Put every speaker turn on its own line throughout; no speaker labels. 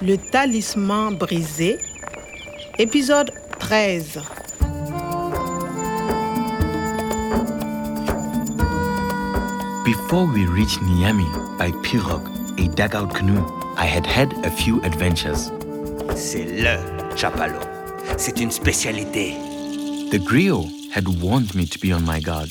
Le talisman brisé, épisode 13.
Before we reached Niamey by pirogue, a dugout canoe, I had had a few adventures.
C'est LE chapalo. C'est une spécialité.
The griot had warned me to be on my guard.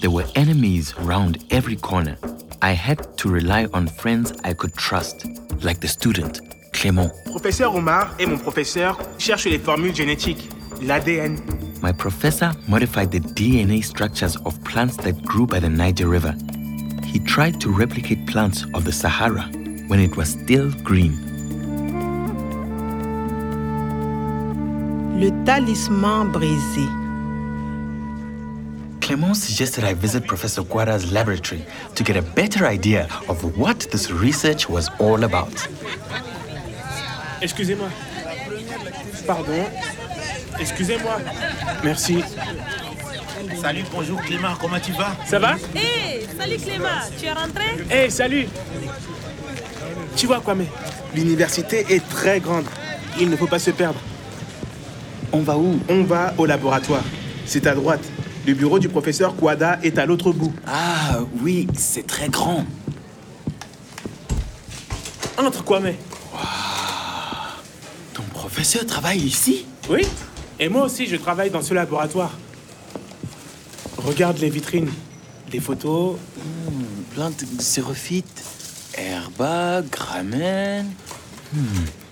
There were enemies round every corner. I had to rely on friends I could trust, like the student, Clément.
Professeur Omar et mon professeur cherchent les formules génétiques, l'ADN.
My professor modified the DNA structures of plants that grew by the Niger River. He tried to replicate plants of the Sahara when it was still green.
Le talisman brisé.
Clement suggested I visit Professor Guara's laboratory to get a better idea of what this research was all about.
Excusez-moi. Pardon. Excusez-moi. Merci.
Salut, bonjour Clément, comment tu vas
Ça va
Hé, salut Clément, tu es rentré
Eh, salut Tu vois, Kwame, l'université est très grande. Il ne faut pas se perdre.
On va où?
On va au laboratoire. C'est à droite. Le bureau du professeur Kwada est à l'autre bout.
Ah oui, c'est très grand.
Entre, Kwame.
Ton professeur travaille ici
Oui Et moi aussi, je travaille dans ce laboratoire. Regarde les vitrines, les photos.
Plante xérophyte, herba, gramen.
Hmm,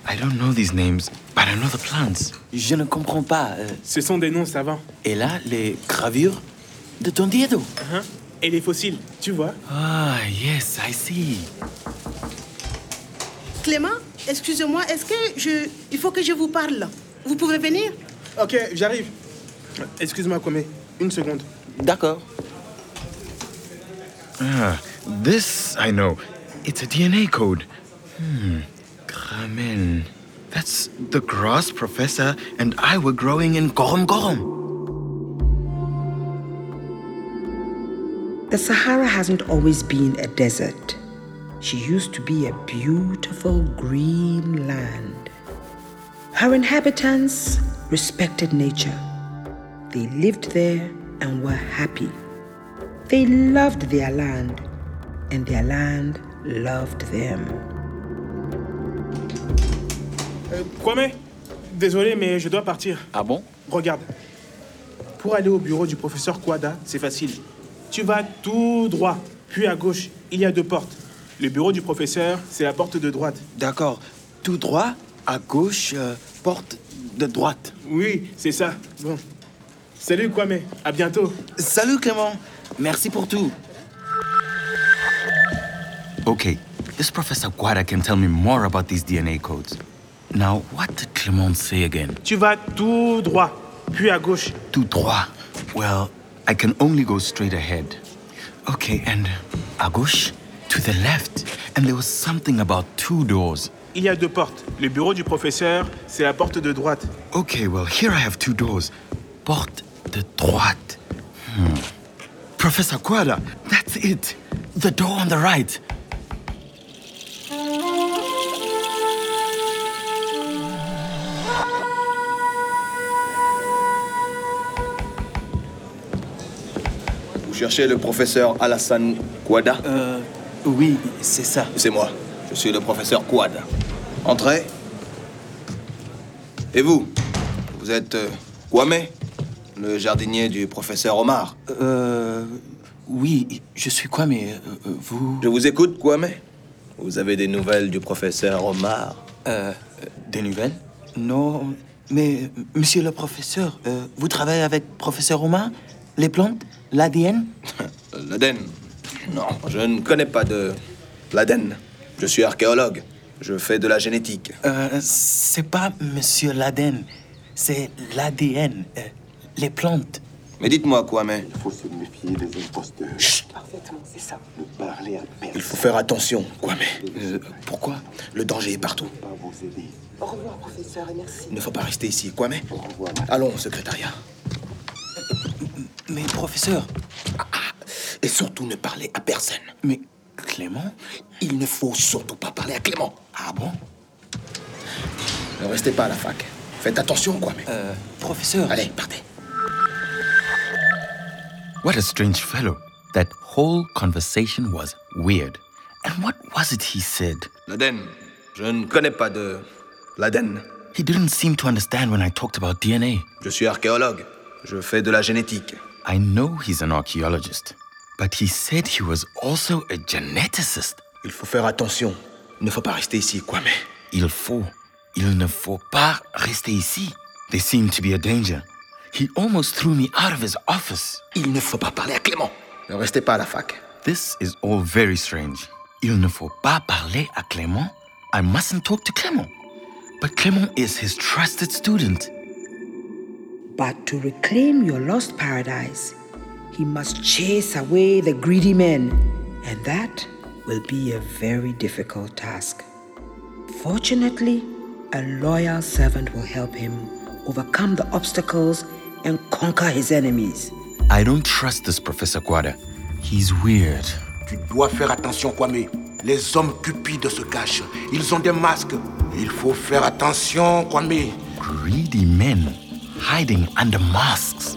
I don't know these names, but I know the plants.
Je ne comprends pas. euh,
Ce sont des noms savants.
Et là, les gravures de ton diado.
Hein Et les fossiles, tu vois
Ah yes, I see.
Clément, excusez-moi, est-ce que je... Il faut que je vous parle. Vous pouvez venir
Ok, j'arrive. Excuse-moi, Kwame. Une seconde.
D'accord.
Ah, this I know. It's a DNA code. Hmm. Kramen. That's the grass professor and I were growing in Gorom Gorom.
The Sahara hasn't always been a desert. She used to be a beautiful green land. Her inhabitants respected nature. They lived there and were happy. They loved their land, and their land loved them.
Euh, Kwame Désolé, mais je dois partir.
Ah bon
Regarde. Pour aller au bureau du professeur Kwada, c'est facile. Tu vas tout droit, puis à gauche. Il y a deux portes. Le bureau du professeur, c'est la porte de droite.
D'accord. Tout droit, à gauche, euh, porte de droite.
Oui, c'est ça. Bon. Salut, Kwame. À bientôt.
Salut Clément. Merci pour tout.
Okay, this Professor Guada can tell me more about these DNA codes. Now, what did Clement say again?
Tu vas tout droit, puis à gauche.
Tout droit. Well, I can only go straight ahead. Okay, and à gauche, to the left. And there was something about two doors.
Il y a deux portes. Le bureau du professeur, c'est la porte de droite.
Okay, well, here I have two doors. Porte de droite. Hmm. Professor Guada, that's it. The door on the right.
Vous cherchez le professeur Alassane Kouada
Euh, oui, c'est ça.
C'est moi. Je suis le professeur Kouada. Entrez. Et vous Vous êtes euh, Kwame, le jardinier du professeur Omar.
Euh, oui, je suis quoi, mais euh, euh, vous
Je vous écoute, Kwame. Vous avez des nouvelles du professeur Omar
Euh, des nouvelles Non, mais euh, monsieur le professeur, euh, vous travaillez avec professeur Romain Les plantes L'ADN
L'Aden Non, je ne connais pas de l'Aden. Je suis archéologue. Je fais de la génétique.
Euh, C'est pas monsieur l'ADN, c'est l'ADN, euh, les plantes.
Mais dites-moi, Kwame,
faut se méfier des imposteurs. Ne parlez à
il
personne.
faut faire attention, Kwame.
Euh, pourquoi
Le danger est partout.
Pas vous aider.
Il ne faut pas rester ici, Kwame. Allons au secrétariat.
Mais professeur,
Ah, Et surtout ne parlez à personne.
mais Clément
Il ne faut surtout pas parler à Clément. Ah bon Ne restez pas à la fac. Faites attention, quoi, mais.
Euh, professeur.
Allez, partez.
What a strange fellow. That whole conversation was weird. And what was it he said?
L'Aden. Je ne connais pas de. L'Aden.
He didn't seem to understand when I talked about DNA.
Je suis archéologue. Je fais de la génétique.
I know he's an archaeologist, but he said he was also a geneticist.
Il faut faire attention. Il ne faut pas rester ici, quoi, mais.
Il faut. Il ne faut pas rester ici. There seemed to be a danger. He almost threw me out of his office.
Il ne faut pas parler à Clément. Ne restez pas à la fac.
This is all very strange. Il ne faut pas parler à Clément. I mustn't talk to Clément. But Clément is his trusted student.
But to reclaim your lost paradise, he must chase away the greedy men, and that will be a very difficult task. Fortunately, a loyal servant will help him overcome the obstacles and conquer his enemies.
I don't trust this Professor Guada. He's weird.
Tu dois faire attention, Kwame. Les hommes cupides se cachent. Ils ont des masques. Il faut faire attention, Kwame.
Greedy men hiding under masks.